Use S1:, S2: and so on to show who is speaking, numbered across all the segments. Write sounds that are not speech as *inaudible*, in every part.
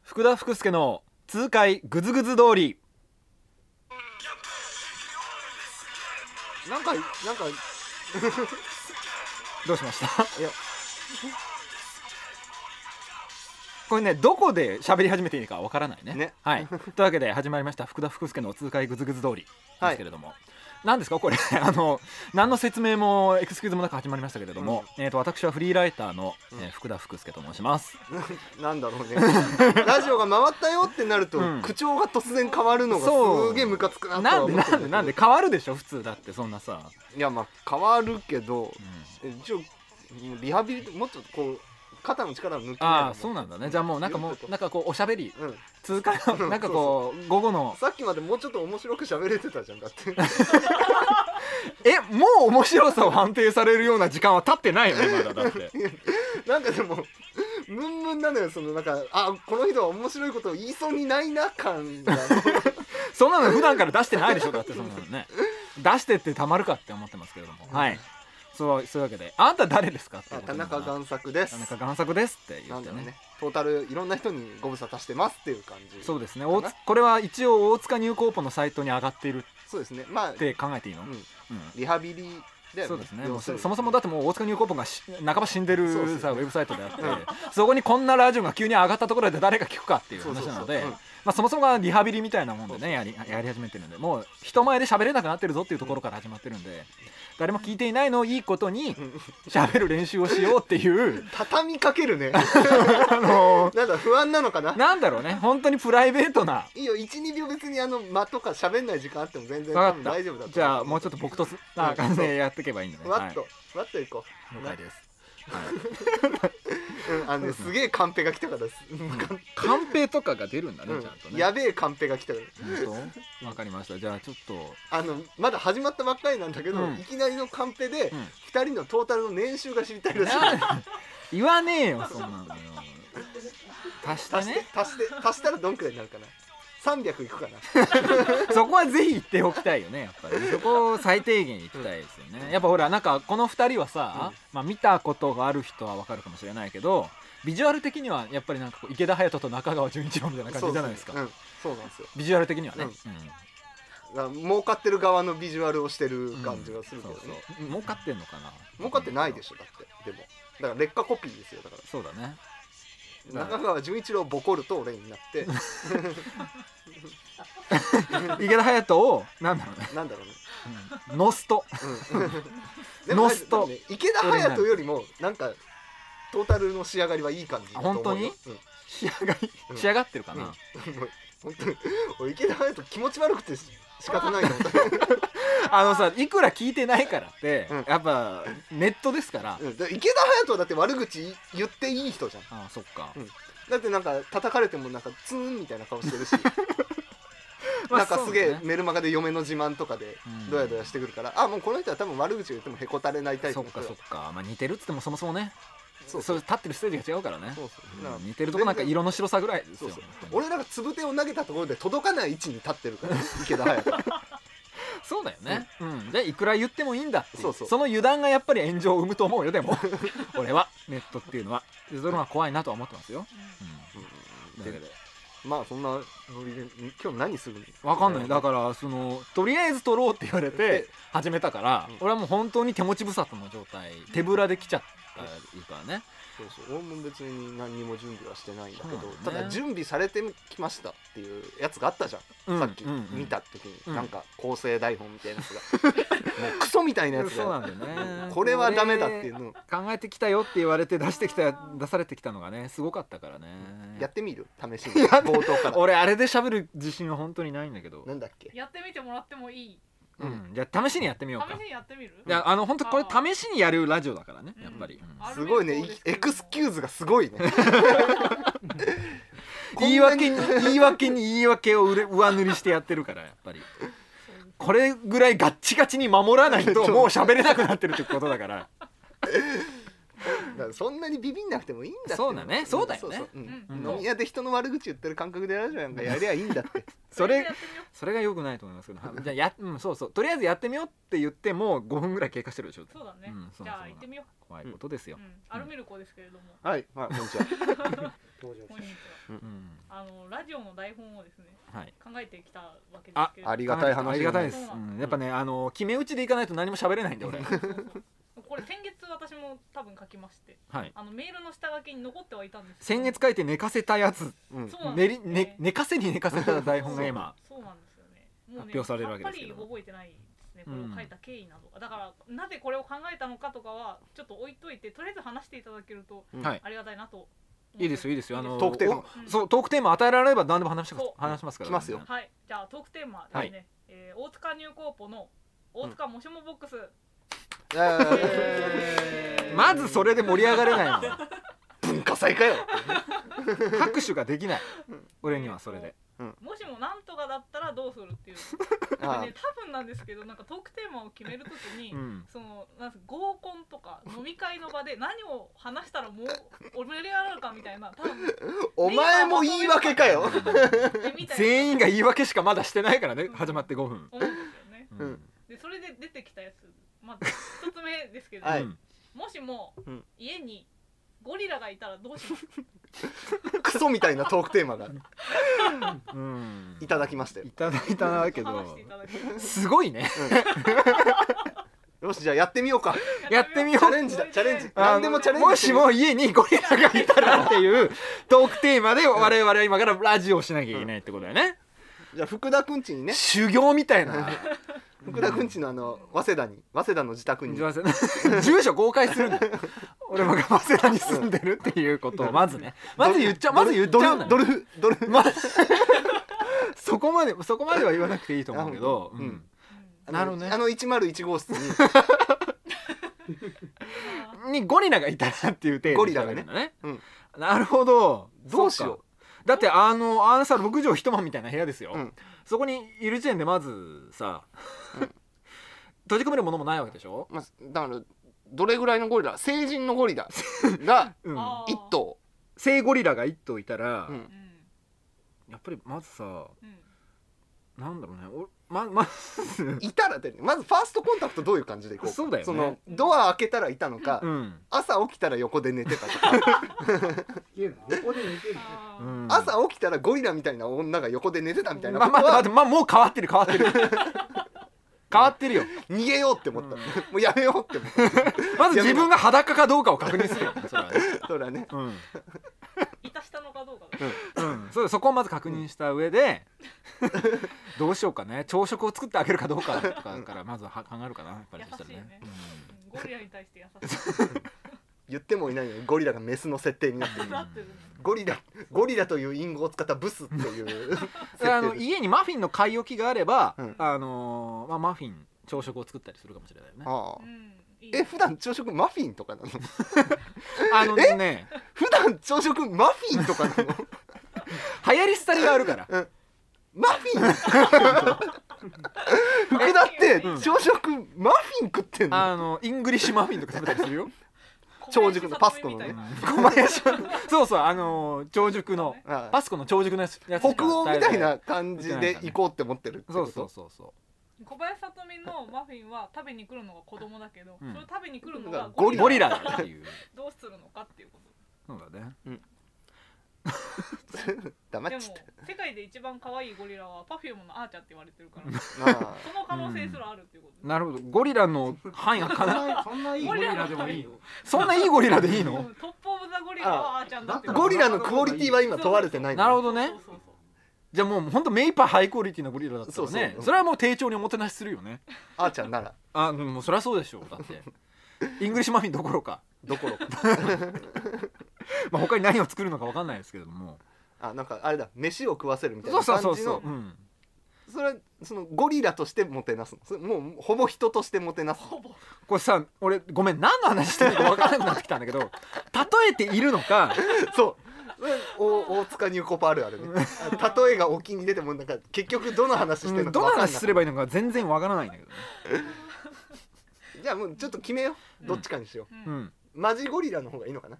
S1: 福田福助の痛快グズグズ通り
S2: なんかなんか
S1: どうしました *laughs*
S2: いや
S1: これねどこで喋り始めていいかわからないね
S2: ね
S1: はいというわけで始まりました福田福助の痛快グズグズ通りですけれども、何ですかこれ *laughs* あの何の説明もエクスキューズもなく始まりましたけれども、えー、と私はフリーライターの、えー福田福助と申します
S2: なんだろうね *laughs* ラジオが回ったよってなると、
S1: うん
S2: 口調が突然変わるのが
S1: そう
S2: すげえムカつくなと
S1: な
S2: は
S1: んで
S2: 思って
S1: なんでなんで変わるでしょ普通だってそんなさ、
S2: いやまあ変わるけど
S1: うん
S2: 一応リハビリもっとこう肩の力を抜きながら
S1: ああそうなんだねじゃあもうなんかも
S2: ちょっ
S1: う
S2: と
S1: なんかこうおしゃべり
S2: うん
S1: 通過のなんかこう午後の
S2: さっきまでもうちょっと面白く喋れてたじゃんだって *laughs*
S1: えもう面白さを判定されるような時間は経ってないよ
S2: *laughs*
S1: ねまだだって
S2: なんかでもムンムンなのよそのなんかあこの人は面白いことを言いそうにないな
S1: *laughs*
S2: 感が
S1: そんなの普段から出してないでしょだってそんなのね出してってたまるかって思ってますけれどもはいそうそういうわけであんた誰ですかっていう
S2: あ
S1: こと
S2: 田
S1: にな
S2: 中贋作です
S1: 田中贋作ですって言
S2: な
S1: っ
S2: ん
S1: て
S2: だろう
S1: ね
S2: ねトータルいろんな人にご無沙汰してますっていう感じ
S1: そうですね
S2: な
S1: 大津これは一応大塚ニューコーポのサイトに上がっている
S2: そうですねまあ
S1: って考えていいの、
S2: う
S1: うん
S2: んリハビリだよね
S1: そうですねも
S2: 要
S1: う
S2: す
S1: そ
S2: るに
S1: そもそもだってもう大塚ニューコーポンがし半ば死んでる
S2: そうです
S1: さ
S2: よ
S1: ウェブサイトであって
S2: うん
S1: そこにこんなラジオが急に上がったところで誰が聞くかっていう話なので
S2: そうそうそううん
S1: まあそもそもがリハビリみたいなもんで
S2: そう
S1: ねやりやり始めてるんでもう人前で喋れなくなってるぞっていうところから始まってるんで誰も聞いていないのをいいこと
S2: *laughs*
S1: に
S2: ん
S1: 喋る練習をしようっていう
S2: 畳みかけ
S1: *laughs*
S2: るね
S1: あの
S2: なんだ不安なのかな
S1: なんだろうね本当にプライベートない
S2: いよ12秒別にあの間とか喋んない時間あっても全然
S1: わ
S2: 多
S1: かっ
S2: 分
S1: た
S2: 大丈夫だと思
S1: じゃあもうちょっと僕とすあ感じでやっていけばいいんだね
S2: わ
S1: は
S2: っ
S1: い
S2: と、わっといこ
S1: 了解です
S2: う、うん、あのねすげえカンペが来たからです、う
S1: カンペとかが出るんだねちゃんと
S2: ん、
S1: ね
S2: やべえカンペが来たから
S1: 本当わかりましたじゃあちょっと
S2: あのまだ始まったばっかりなんだけど、
S1: うん
S2: いきなりのカンペで、
S1: うん
S2: 二人のトータルの年収が知りたいらしい
S1: 言わねえよそんなのよ足して
S2: 足して
S1: ね
S2: 足して足したらどんくらいになるかな300いくかな
S1: そこはぜひ言っておきたいよねやっぱりそこを最低限言きたいですよね、やっぱほらなんかこの2人はさ、まあ、見たことがある人はわかるかもしれないけどビジュアル的にはやっぱりなんかこう池田隼人と中川純一郎みたいな感じじゃないですか
S2: そうそううん、そうなんですよ
S1: ビジュアル的にはね、
S2: うん
S1: うん
S2: だから儲かってる側のビジュアルをしてる感じがするけどね、
S1: そうそう儲かってんのかな
S2: 儲かってないで
S1: ょ
S2: しょだってでもだから劣化コピーですよだか
S1: そうだね
S2: ら中川純一郎ボコると俺になって
S1: *laughs* 池田隼人をなんだろう
S2: *laughs*
S1: ね、
S2: なんだろうね
S1: うん、ノスト *laughs*
S2: うんで
S1: ノ
S2: も
S1: スト
S2: でもね池田隼人よりもなんかトータルの仕上がりはいい感じだと思うよ
S1: あ本当に
S2: うん
S1: 仕上がり
S2: うん
S1: 仕上がってるかな、
S2: うんもう本当に俺池田隼人気持ち悪くてし仕方ないの
S1: *laughs* あのさいくら聞いてないからって、
S2: うん
S1: やっぱネットですから、
S2: うんだから池田隼人はだって悪口言っていい人じゃん
S1: ああそっか、
S2: うんだってなんか叩かれてもなんかツーンみたいな顔してるし
S1: *laughs* まあ
S2: なんかすげ
S1: そう
S2: え
S1: だね
S2: メルマガで嫁の自慢とかで
S1: うん
S2: ドヤドヤしてくるから、あもうこの人は多分悪口を言ってもへこたれないタイプ
S1: そっ
S2: の人
S1: かそ
S2: だ
S1: っか、まあ、似てるっつってもそもそもね
S2: そ
S1: そうう
S2: そう
S1: 立ってるステージが違うからね
S2: そうそうだから
S1: うん似てるとこなんか色の白さぐらいです
S2: そ
S1: よ
S2: うそう俺らがつぶ手を投げたところで届かない位置に立ってるから池田隼人
S1: そうだよね、うんでいくら言ってもいいんだってい
S2: そうそう
S1: の油断がやっぱり炎上を生むと思うよでも *laughs* 俺はネットっていうのはでそれは怖いなとは思ってますよ、うん、というわけで
S2: まあそんなノリで今日何するの
S1: わかんないだからそのとりあえず撮ろうって言われて始めたから、
S2: うん
S1: 俺はもう本当に手持ち無沙汰の状態手ぶらで来ちゃったからね
S2: そうそう俺も別に何にも準備はしてないんだけど、
S1: そう
S2: た
S1: だね
S2: だ準備されてきましたっていうやつがあったじゃん、
S1: うん
S2: さっき
S1: うんうん
S2: 見た時に、
S1: うん
S2: なんか構成台本みたいなやつ
S1: *laughs*
S2: がもうクソみたいなやつ
S1: そうな
S2: が、
S1: んだよね
S2: これはダメだっていうのを
S1: 考えてきたよって言われて出してきた出されてきたのがねすごかったからね
S2: やってみる試しに冒頭から
S1: 俺あれで喋る自信は本当にないんだけど
S2: なんだっけ
S3: やってみてもらってもいい
S1: うんじゃあ試しにやってみようか
S3: 試しにやってみる
S1: いやあの本当これ試しにやるラジオだからね
S3: うん
S1: やっぱり、うん
S3: あ
S2: すごいねいエクスキューズがすごいね
S1: *laughs* 言い訳に言い訳に言い訳をうれ上塗りしてやってるからやっぱりこれぐらい *laughs* ガッチガチに守らないともう喋れなくなってるってことだから
S2: からそんなにビビんなくてもいいんだって
S1: そうだねそうだよね
S2: そうそううん
S1: うん
S2: 飲み屋で人の悪口言ってる感覚でラジオなんかやりゃいいんだ
S1: *laughs*
S2: って
S1: それ
S3: やってみよ
S1: それが良くないと思いますけどじゃあや、うん、そうそうとりあえずやってみようって言ってもう5分ぐらい経過してるでしょ
S3: うそうだね、
S1: うんそう
S3: じゃあ
S1: そう
S3: 行ってみよ
S1: 怖いことです
S3: う、
S1: よ、
S3: うん、アルミルコですけれども
S2: はいまあこんにちは *laughs* 登場
S3: 本日は
S1: うん
S3: あのラジオの台本をですね
S1: はい
S3: 考えてきたわけですけれども
S2: ありがたい話だね
S1: ありがたいです、
S3: そううなん
S1: ん、やっぱねあの決め打ちでいかないと何も喋れないんで俺
S3: そうそうそうこれ先月私も多分書きまして
S1: はい
S3: あのメールの下書きに残ってはいたんですけ
S1: 先
S3: ど
S1: 月書いて寝かせたやつ、
S2: うん
S3: そうなん
S1: 寝
S3: です
S1: り
S3: よ
S1: 寝寝かせに寝かせた台本が今
S3: そうそうなんですよねもうね
S1: 発表されるわけですけど
S3: さっぱり覚えてないですねこれを書いた経緯など、だからなぜこれを考えたのかとかはちょっと置いといてとりあえず話していただけると
S2: うん
S1: はい
S3: ありがたいなと思
S1: いいですよいいですよあの
S2: トークテーマ
S3: うん
S1: そうトークテーマ与えられれば何でも話します
S3: そう
S1: 話しますから、
S2: 来ますよ
S3: はいじゃあトークテーマですね、えー大塚ニューコーポの大塚もしもボックス、
S2: いやいやいやい *laughs* や
S1: まずそれで盛り上がれない
S2: 文化祭かよ
S1: の拍手ができない俺にはそれで
S3: もしもなんとかだったらどうするっ
S1: *laughs*
S3: ていうこ
S2: あ
S3: れね多分なんですけどなんかトークテーマを決めるときに、
S1: うん
S3: そのなんす合コンとか飲み会の場で *laughs* 何を話したらもう俺らがるかみたいな多分
S2: お前も言い訳かよ
S3: えみたいな
S1: 全員が言い訳しかまだしてないからね始まって5分、
S3: 思うんですよね
S1: う
S2: うん
S1: ん
S3: でそれで出てきたやつまず一つ目ですけど、
S2: はい
S1: うん
S3: もしも
S2: うん
S3: 家にゴリラがいたらどうします
S2: クソみたいなトークテーマが
S1: うん
S2: いただきましたよ
S1: いただいたけ
S3: 話
S1: ど
S3: していただけ
S1: すごいね
S2: よしじゃあやってみようか
S1: やってみよ
S2: チ
S1: う
S2: ャレンジだチャレンジ何でもチャレンジ
S1: もし
S2: も
S1: も家にゴリラがいたらっていうトークテーマで我々は今からラジオをしなきゃいけないってことだよね、
S2: じゃあ福田くんちにね
S1: 修行みたいな
S2: 福田くんちのあの早稲田に早稲田の自宅に
S1: 住所公開するんだ俺も早稲田に住んでるっていうことをまずねまず言っちゃうまず言っちゃうのよ
S2: ドルフドルフ
S1: まずそこまでそこまでは言わなくていいと思うけど、
S2: うん
S1: うん
S3: う
S1: *laughs* なるほどね
S2: あの101号室に *laughs*
S3: んまあ
S1: にゴリラがいたらっていう程度
S2: ゴリラが
S1: 喋
S2: ね
S1: るんだね、
S2: うん
S1: なるほど
S2: どうしよ
S1: うだってあのあのさ6畳一間みたいな部屋ですよ、
S2: うん
S1: そこにいる時点でまずさ、 *laughs* 閉じ込めるものもないわけでしょ、
S2: まあ、だからどれぐらいのゴリラ成人のゴリラが
S1: うん、
S3: あー
S2: 1頭、
S1: 性ゴリラが一頭いたら、
S2: うん
S3: うん
S1: やっぱりまずさ
S3: うん
S1: なんだろうねおままず
S2: いたらってねまずファーストコンタクトどういう感じでいこうか
S1: そうだよね
S2: のドア開けたらいたのか、
S1: うん、
S2: 朝起きたら横で寝てたとか
S3: あ
S1: う
S3: ー
S1: ん、
S2: 朝起きたらゴリラみたいな女が横で寝てたみたいな
S1: ま
S2: こ
S1: あ待って待って、
S2: とは
S1: まあ、もう変わってる変わって *laughs* る変わってるよ
S2: 逃げようって思った、
S1: うん
S2: *laughs* もうやめようって思っ
S1: まず自分が裸かどうかを確認するよねそれはね
S2: た *laughs* それはね
S1: うん
S3: いたしたのかどうかだ
S1: うん、そうそこをまず確認した上で、 *laughs* どうしようかね朝食を作ってあげるかどうかとかからまずは考えるかなやっぱりそしたらね
S3: 優うんゴリラに対して優し
S2: 言ってもいないのにゴリラがメスの設定になってる
S3: くなってる
S2: ゴリラゴリラという隠語を使ったブスっていう
S1: *laughs*
S2: 設
S1: うんあの
S2: 定です
S1: 家にマフィンの買い置きがあれば、
S2: うん
S1: あのーまあ、マフィン朝食を作ったりするかもしれないよね
S2: ああ
S3: うんいいね
S2: え普段朝食マフィンとかなの
S1: あのね
S2: 普段朝食マフィンと
S1: *laughs*
S2: かなの
S1: 流行り廃りがあるから
S2: マフ
S1: *laughs*
S2: ィン福田って
S3: うん
S2: 朝食マフィン食ってんの
S1: あのイングリッシュマフィンとか食べたりするよ
S2: 長熟のパスコのね
S3: 小林聡美みたい
S1: 小林
S3: な
S1: はそうそうあのー長熟の
S2: ああ
S1: パスコの長熟のやつやつしか
S2: 北欧みたいな感
S1: じ
S2: じ
S1: ゃない
S2: で
S1: かね
S2: 行こうって思ってるってこ
S1: そ
S2: と
S1: うそうそうそう
S3: 小林さとみのマフィンは食べに来るのが子供だけど、
S1: うん
S3: それを食べに来るのが
S2: ゴ
S1: ゴリ
S3: ラ
S1: ラだよっていう
S3: *laughs* どうするのかっていうこと
S1: そうだね
S2: 黙っ
S3: でも
S2: ちゃっ
S3: 世界で一番可愛いゴリラはパフュームのアーチャって言われてるから
S2: たあ
S3: その可能性すらあるっていうこと
S1: なるほどゴリラの範囲が
S2: *laughs*
S1: かな
S4: そんないいゴリラでもいいよ。
S1: そんないいゴリラでいい
S3: うん
S1: の
S3: トップオブザゴリラはアーチャんだって
S2: あ
S4: あ
S2: ゴリラのクオリティは今問われてないの
S1: なるほどね
S3: そうそうそう
S1: じゃあもう本当目いっぱいハイクオリティなゴリラだったらね
S2: そ
S1: そう
S2: そう
S1: れはもう丁重におもてなしするよね
S2: あーちゃんなら
S1: あでもそりゃそうでしょうだってイングリッシュマフィンどころか、*laughs*
S2: どころか
S1: まあ、他に何を作るのかわかんないですけれども
S2: あなんかあれだ飯を食わせるみたい
S1: そ
S2: な
S1: うそうそ
S2: 感
S1: う
S2: じ
S1: そう
S2: の、
S1: うん、
S2: それはそのゴリラとしてもてなすのそれもうほぼ人としてもてなす
S3: ほぼ
S1: これさ俺ごめん何の話してるのかわからなくなってきたんだけど例えているのか
S2: *laughs* そうそれお大塚ニューコパあるあるねあ例えがお気に出てもなんか結局どの話して
S1: う
S2: るの
S1: ん
S2: か
S1: どの
S2: 分かんない、
S1: 話すればいいのか全然わからないんだけどね
S2: じゃあもうちょっと決めようどっちかにしよ
S3: う
S1: うんん
S2: マジゴリラの方がいいのかな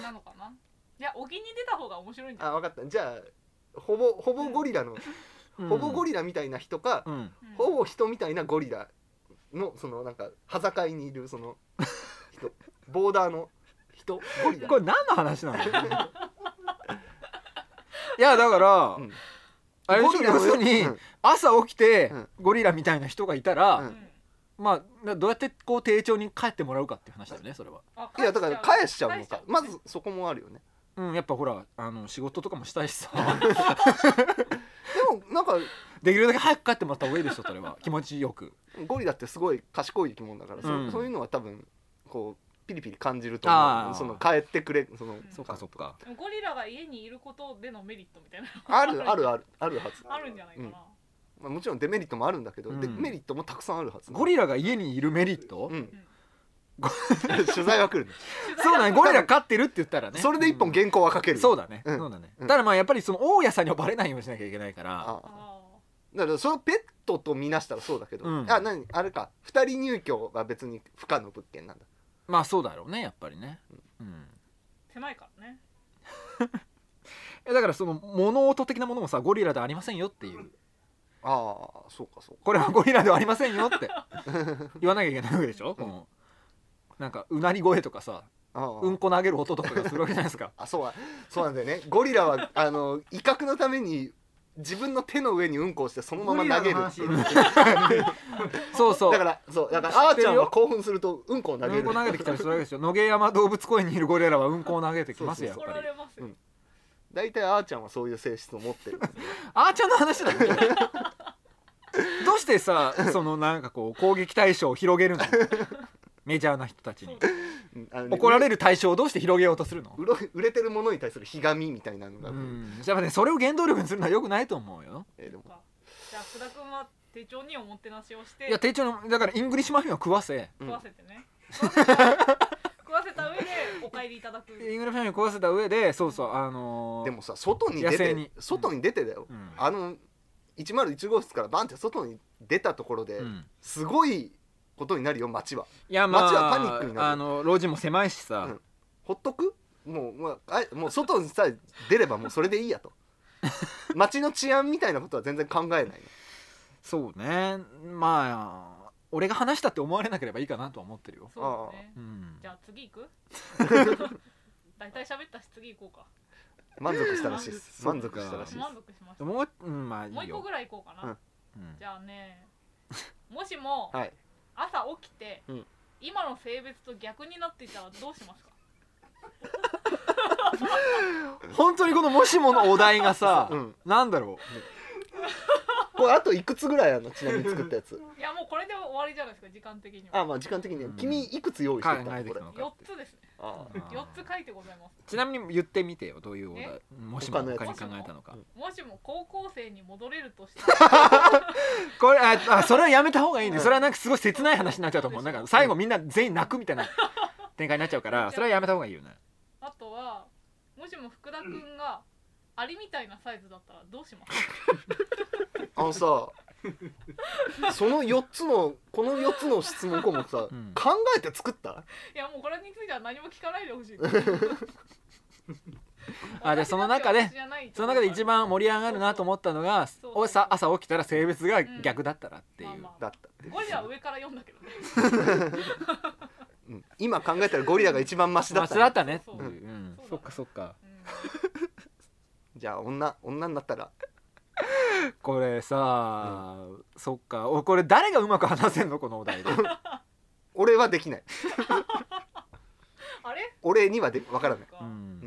S3: なのかないやお気に出た方が面白いんじゃ
S2: あ分かったじゃあほぼほぼゴリラの、ほぼゴ
S1: リ
S2: リラみたいな人か、
S1: うん、うん
S3: ない、うん
S2: ほぼ人みたいなゴリラのそのなんか端境にいるその人ボーダーの人ゴリラ
S1: これ何の話
S2: *laughs*
S1: なのいやだから、
S2: うん
S1: あれでしょ
S2: ゴリラの
S1: 要するに、
S2: うん
S1: 朝起きて
S2: うん
S1: ゴリラみたいな人がいたら、
S2: うん
S1: まあなどうやってこう丁重に帰ってもらうかっていう話だよねそれは、
S3: あ
S2: いやだから返しちゃうのかま
S3: 返しちゃ
S2: ずそこもあるよね
S1: うん、やっぱほらあの仕事とかもしたいし
S2: *laughs*
S1: さ
S2: でもなんか
S1: できるだけ早く帰ってもらった方がいいでしょそれは気持ちよく
S2: ゴリラってすごい賢い生き物だから、そ
S1: うん
S2: そういうのは多分こうピリピリ感じると思
S1: あー
S2: うその帰ってくれその
S3: そう
S1: かそうか
S3: うゴリラが家にいることでのメリットみたいな
S2: ある
S3: *laughs*
S2: あるあるあるはず
S3: あるんじゃないかな、
S2: うんまあ、もちろんデメリットもあるんだけど、
S1: うん
S2: デメリットもたくさんあるはず
S1: ゴリラが家にいるメリット、
S2: うん
S1: ゴ
S2: 取材は来るね
S3: 取材
S2: *laughs*
S1: そうだねゴリラ飼ってるって言ったらね
S2: それで一本原稿は書ける、
S1: そうだね、
S2: うん
S1: そうだね、
S2: うん
S1: ただまあやっぱりその大家さんにはバレないようにしなきゃいけないから
S2: ああ
S3: あ
S2: だからそのペットとみなしたらそうだけど、
S1: うん
S2: あ何あれか二人入居が別に不可の物件なんだ
S1: まあそうだろうねやっぱりね、うん、
S3: ー狭いからね
S1: えだからその物音的なものもさゴリラではありませんよっていう
S2: ああそうかそうか
S1: これはゴリラではありませんよって言わなきゃいけないわけでしょ、このなんかうなり声とかさ
S2: ああ、
S1: うんこ投げる音とかがするわけじゃないですか
S2: あそうはそうなんだよねゴリラはあの威嚇のために自分の手の上にうんこをしてそのまま投げるっていう
S4: ゴリラの話
S1: そうそう
S2: だからそうだからあーちゃんは興奮するとうんこを投げ
S1: う
S2: る
S1: んこ投げてきたりするわけでしょ野毛山動物公園にいるゴリラはうんこを投げてきますよやっ
S3: 怒
S1: ぱ
S3: ら
S1: り
S3: れますよ、
S2: うん大体あーちゃんはそういう性質を持ってる
S1: あーちゃんの話だねどうしてさそのなんかこう攻撃対象を広げるのメジャーな人たち
S3: そう
S1: に
S3: だね
S2: うんあのね
S1: 怒られる対象をどうして広げようとするの
S2: 売ろ売れてるものに対するひがみみたいなの
S1: う
S2: が、
S1: んやっぱねそれを原動力にするのはよくないと思うよ
S2: えーでも
S3: かじゃあ福田君は手帳におもてなしをして
S1: いや店長のだからイングリッシュマフィンは食わせ
S2: うん
S3: 食わせてね食わせた食わせた上でお帰りいただく
S1: イングリッシュマフィンを食わせた上でそうそうあのー、
S2: でもさ外に出
S1: 野生
S2: て
S1: に
S2: 外に出てだよ、
S1: うん
S2: あの101号室からバンって外に出たところで、
S1: うん
S2: すごいことになるよ街はい
S1: やまあ
S2: 街はパニックになる
S1: あの路地も狭いしさ、
S2: うんほっとくもう,、まあ、あもう外にさえ出ればもうそれでいい
S1: *laughs*
S2: やと街の治安みたいなことは全然考えないの
S1: そうねまあ俺が話したって思われなければいいかなとは思ってるよ、
S3: そうだね
S1: うん、
S3: じゃあ次行く
S2: *laughs*
S3: 大体喋ったし次行こうか
S2: 満足したらしいです
S1: そうか
S2: 満足したらしいです
S3: 満足しました
S1: もう、うん、まあいい
S3: もう一個
S1: よ
S3: ぐらい行こうかな、
S2: うん
S1: うん
S3: じゃあねもし
S1: *laughs*
S3: も
S2: はい
S3: 朝起きて、
S2: うん
S3: 今の性別と逆になっていたらどうしますか
S1: 本当にこのもしものお題がさ、
S2: うん
S1: なんだろ
S2: これあといくつぐらいあるのちなみに作ったやつ
S3: いやもうこれで終わりじゃないですか時間的に
S2: あ
S3: は
S2: まあ時間的にね
S1: うん
S2: 君いくつ用
S1: う
S2: 意して
S1: 考
S2: た
S1: え
S2: の
S1: てき
S2: これ
S1: たのか
S3: 4
S1: って
S3: つですね
S2: ああ
S1: あー
S3: 4つ書いてございます
S1: ちなみに言ってみてよどういうお題
S3: え
S1: もしも
S2: 他のやつ
S1: 他に考えたのか
S2: うん
S3: もしも高校生に戻れるとした
S1: *laughs*
S3: ら
S1: これああそれはやめた方がいいね、
S2: うん
S1: それはなんかすごい切ない話になっちゃうと思うなんか最後みんな全員泣くみたいな展開になっちゃうからそれはやめた方がいいよね
S3: あとはもしも福田君がアリみたいなサイズだったらどうし
S1: *laughs*
S3: ます
S2: あのさその4つのこの4つの質問項目さ、
S1: うん
S2: 考えて作った
S3: いやもうこれについては何も聞かないでほしい
S1: *laughs* あじゃあその中で
S3: 私じゃない
S1: その中で一番盛り上がるなと思ったのが
S3: そう
S1: おさ朝起きたら性別が逆だったらっていう、
S3: まあ
S2: だ
S3: ま
S2: っ
S3: あ
S2: たっていう
S3: ゴリラは上から読んだけどね
S2: うん今考えたらゴリラが一番マシだ
S1: まあ
S2: った
S1: そ
S2: ね、
S1: れだったねっていう、
S3: そう
S1: うん
S3: そ
S1: そ
S3: うだね
S1: っかそっか
S3: う
S2: じゃあ女女になったら
S1: これさ、そっかおこれ誰がうまく話せんのこのお
S3: *laughs*
S1: 題で
S2: 俺はできない
S3: んあれ
S2: 俺にはでわからない
S3: そう
S1: う
S3: か
S1: ん、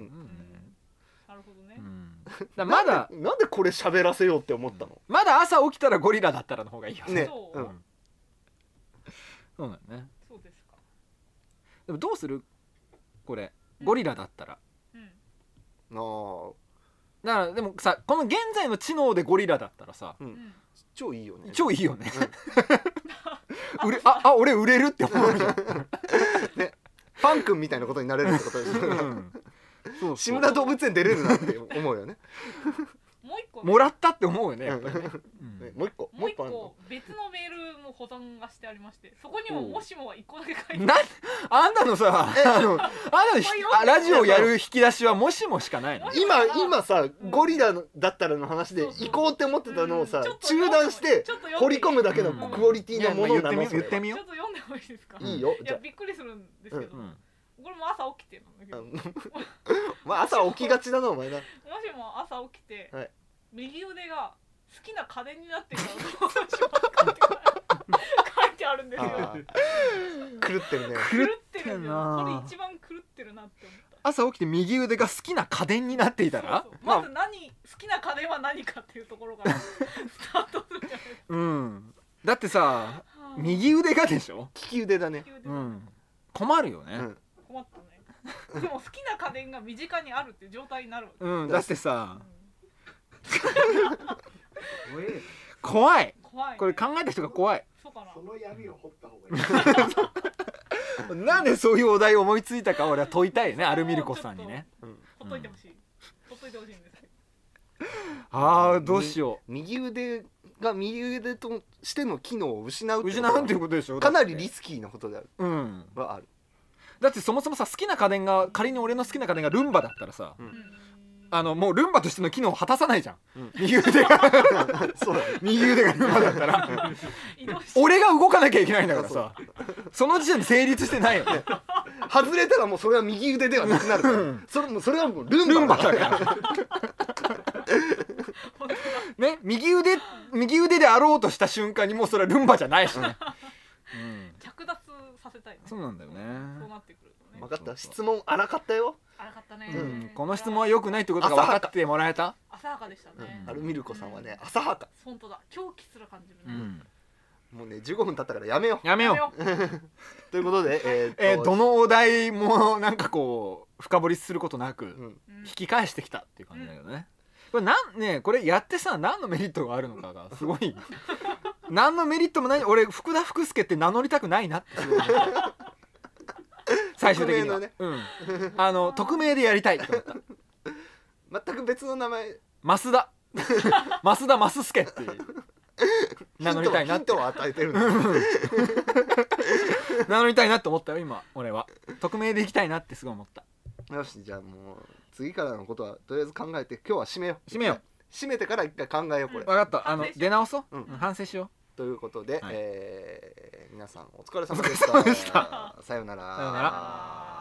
S3: なるほどね
S1: うんうんだまだ
S2: なんでなんでこれ喋らせようって思ったの、
S1: まだ朝起きたらゴリラだったらの方がいいよね
S2: ね
S3: そううん
S1: そうだよね
S3: そうですか
S1: でもどうするこれゴリラだったら
S3: うん
S2: なあ
S1: だからでもさこの現在の知能でゴリラだったらさ
S3: うん
S2: 超いいよね
S1: 超いいよね、 *laughs* 売れああ俺売れるって思うじゃん、
S2: パン君みたいなことになれるってことですよ
S1: う
S2: ね
S1: ん、そうそう
S2: 志村動物園出れるなって思うよね、
S3: もう一個
S1: もらったって思うよねやっぱりね、うん
S2: もう一個
S3: もうもう一
S2: もっと
S3: 個別のメールも保存がしてありましてそこにも
S2: おう
S3: もしもは一個だけ書いてある
S1: なあんたのさあのあんたのひあラジオやる引き出しはもしもしかないの
S2: 今今さゴリラだったらの話で
S3: そうそう
S2: 行こうって思ってたのをさ
S3: うんちょっと
S2: 中断して
S3: ちょっと読んで
S2: 掘り込むだけのクオリティのものな
S1: うんい
S2: の
S1: や
S2: それ
S1: 言
S2: は
S1: ってみ
S3: ち
S1: よ
S3: ょっと読んでもいいですか
S1: み
S2: いいよ
S3: い
S2: じ
S3: や
S2: ゃ
S3: びっくりするんですけど、
S1: う、うん、
S3: これも朝起きてなんだけ
S2: あ
S3: ど、もし
S2: うん *laughs* まあ朝起きがちだなお前な
S3: も朝起きて、
S2: はい
S3: 右腕が好きな家電になってるからどうしようかって書いてあるんですよ
S2: あー狂ってるね
S3: 狂
S1: 狂っ
S3: ってるんだよこれ一番狂ってるなって思った
S1: 朝起きて右腕が好きな家電になっていたら
S3: そうそう
S1: ま
S3: ま
S1: あ
S3: ず何、好きな家電は何かっていうところか
S1: *laughs*
S3: らスタートするじゃないです
S1: うんだってさ
S3: か
S1: 右腕がでしょ、
S2: 利き腕だね
S3: 右腕
S1: う
S3: が
S1: ん、困るよ
S2: う
S1: ね、
S2: ん
S3: 困ったねでも好きな家電が身近にあるっていう状態になるわけ、
S1: うんだってさ
S3: うん
S4: 怖えよ
S1: *laughs* 怖い
S3: 怖い、ね、
S1: これ考えた人が怖い
S3: そうかな
S4: その闇を掘った方がいい
S1: なんでそういうお題を思いついたか俺は問いたいよねアルミルコさんにね
S2: うん
S3: ほっといてほしい、ほっといてほしいんですけど
S1: ああどうしよ
S2: 右腕が右腕としての機能を失
S1: う
S2: うってこ
S1: 失
S2: とは
S1: うっていうことでしょ
S2: かなりリ
S1: ス
S2: スキーなことである
S1: うん
S2: はある
S1: だってそもそもさ好きな家電が仮に俺の好きな家電がルンバだったらさ
S2: うん
S3: うん
S1: あのもうルンバとしての機能を果たさないじゃん、
S2: うん
S1: 右腕が
S2: *laughs* そう *laughs* だね
S1: 右腕がルンバだったら
S3: 移動して
S1: *laughs* 俺が動かなきゃいけないんだからさその時点で成立してないよね
S2: 外れたらもうそれは右腕ではなくなるからそれもうそれはもうルンバ
S1: *laughs* ルンバだ *laughs* から
S3: 本当だ
S1: ね右腕右腕であろうとした瞬間にもうそれはルンバじゃないし *laughs* ね、
S3: 着脱させたいね
S1: そうなんだよね
S3: そうなってくると
S2: 分か
S3: ね
S2: った質問荒かったよ
S3: 荒かったね
S1: うん、うん、この質問は良くないってことが分かってもらえた
S3: 浅はかでしたね
S1: うん
S2: アルミルコさんはね浅はか
S3: 本当だ狂気すら感じる
S1: う
S3: ね、
S1: ん
S2: もうね15分経ったからやめよ
S1: やめよう
S3: う
S2: うということでえーっと
S1: えーどのお題もなんかこう深掘りすることなく、
S2: うん
S3: うん
S1: 引き返してきたっていう感じだけどね、これなんねこれやってさ何のメリットがあるのかがすご *laughs* い何のメリットもない俺福田福助って名乗りたくないなってすごい思った最終的には、
S2: 匿
S1: うん、あの匿名でやりたいと思った
S2: 全く別の名前
S1: 増田増田増助 *laughs* っていう
S2: ヒ
S1: 名乗
S2: ン
S1: り
S2: ト
S1: た
S2: はいヒ
S1: なって
S2: ントを与えてるんだよ
S1: 名乗りたいなって思ったよ今俺は匿名でいきたいなってすごい思った
S2: *laughs* よしじゃあもう次からのことはとりあえず考えて今日は締めよう
S1: 締めよ
S2: 締めてから一回考えようこれ
S1: 分かったあの
S3: 反省しよう
S1: 出直そう、
S2: うん
S1: うん反省しよ
S2: ということで、
S1: はい
S2: えー皆さんお疲れ様で
S1: お疲れ様で
S2: し。
S1: した
S2: さような
S1: さような
S3: ら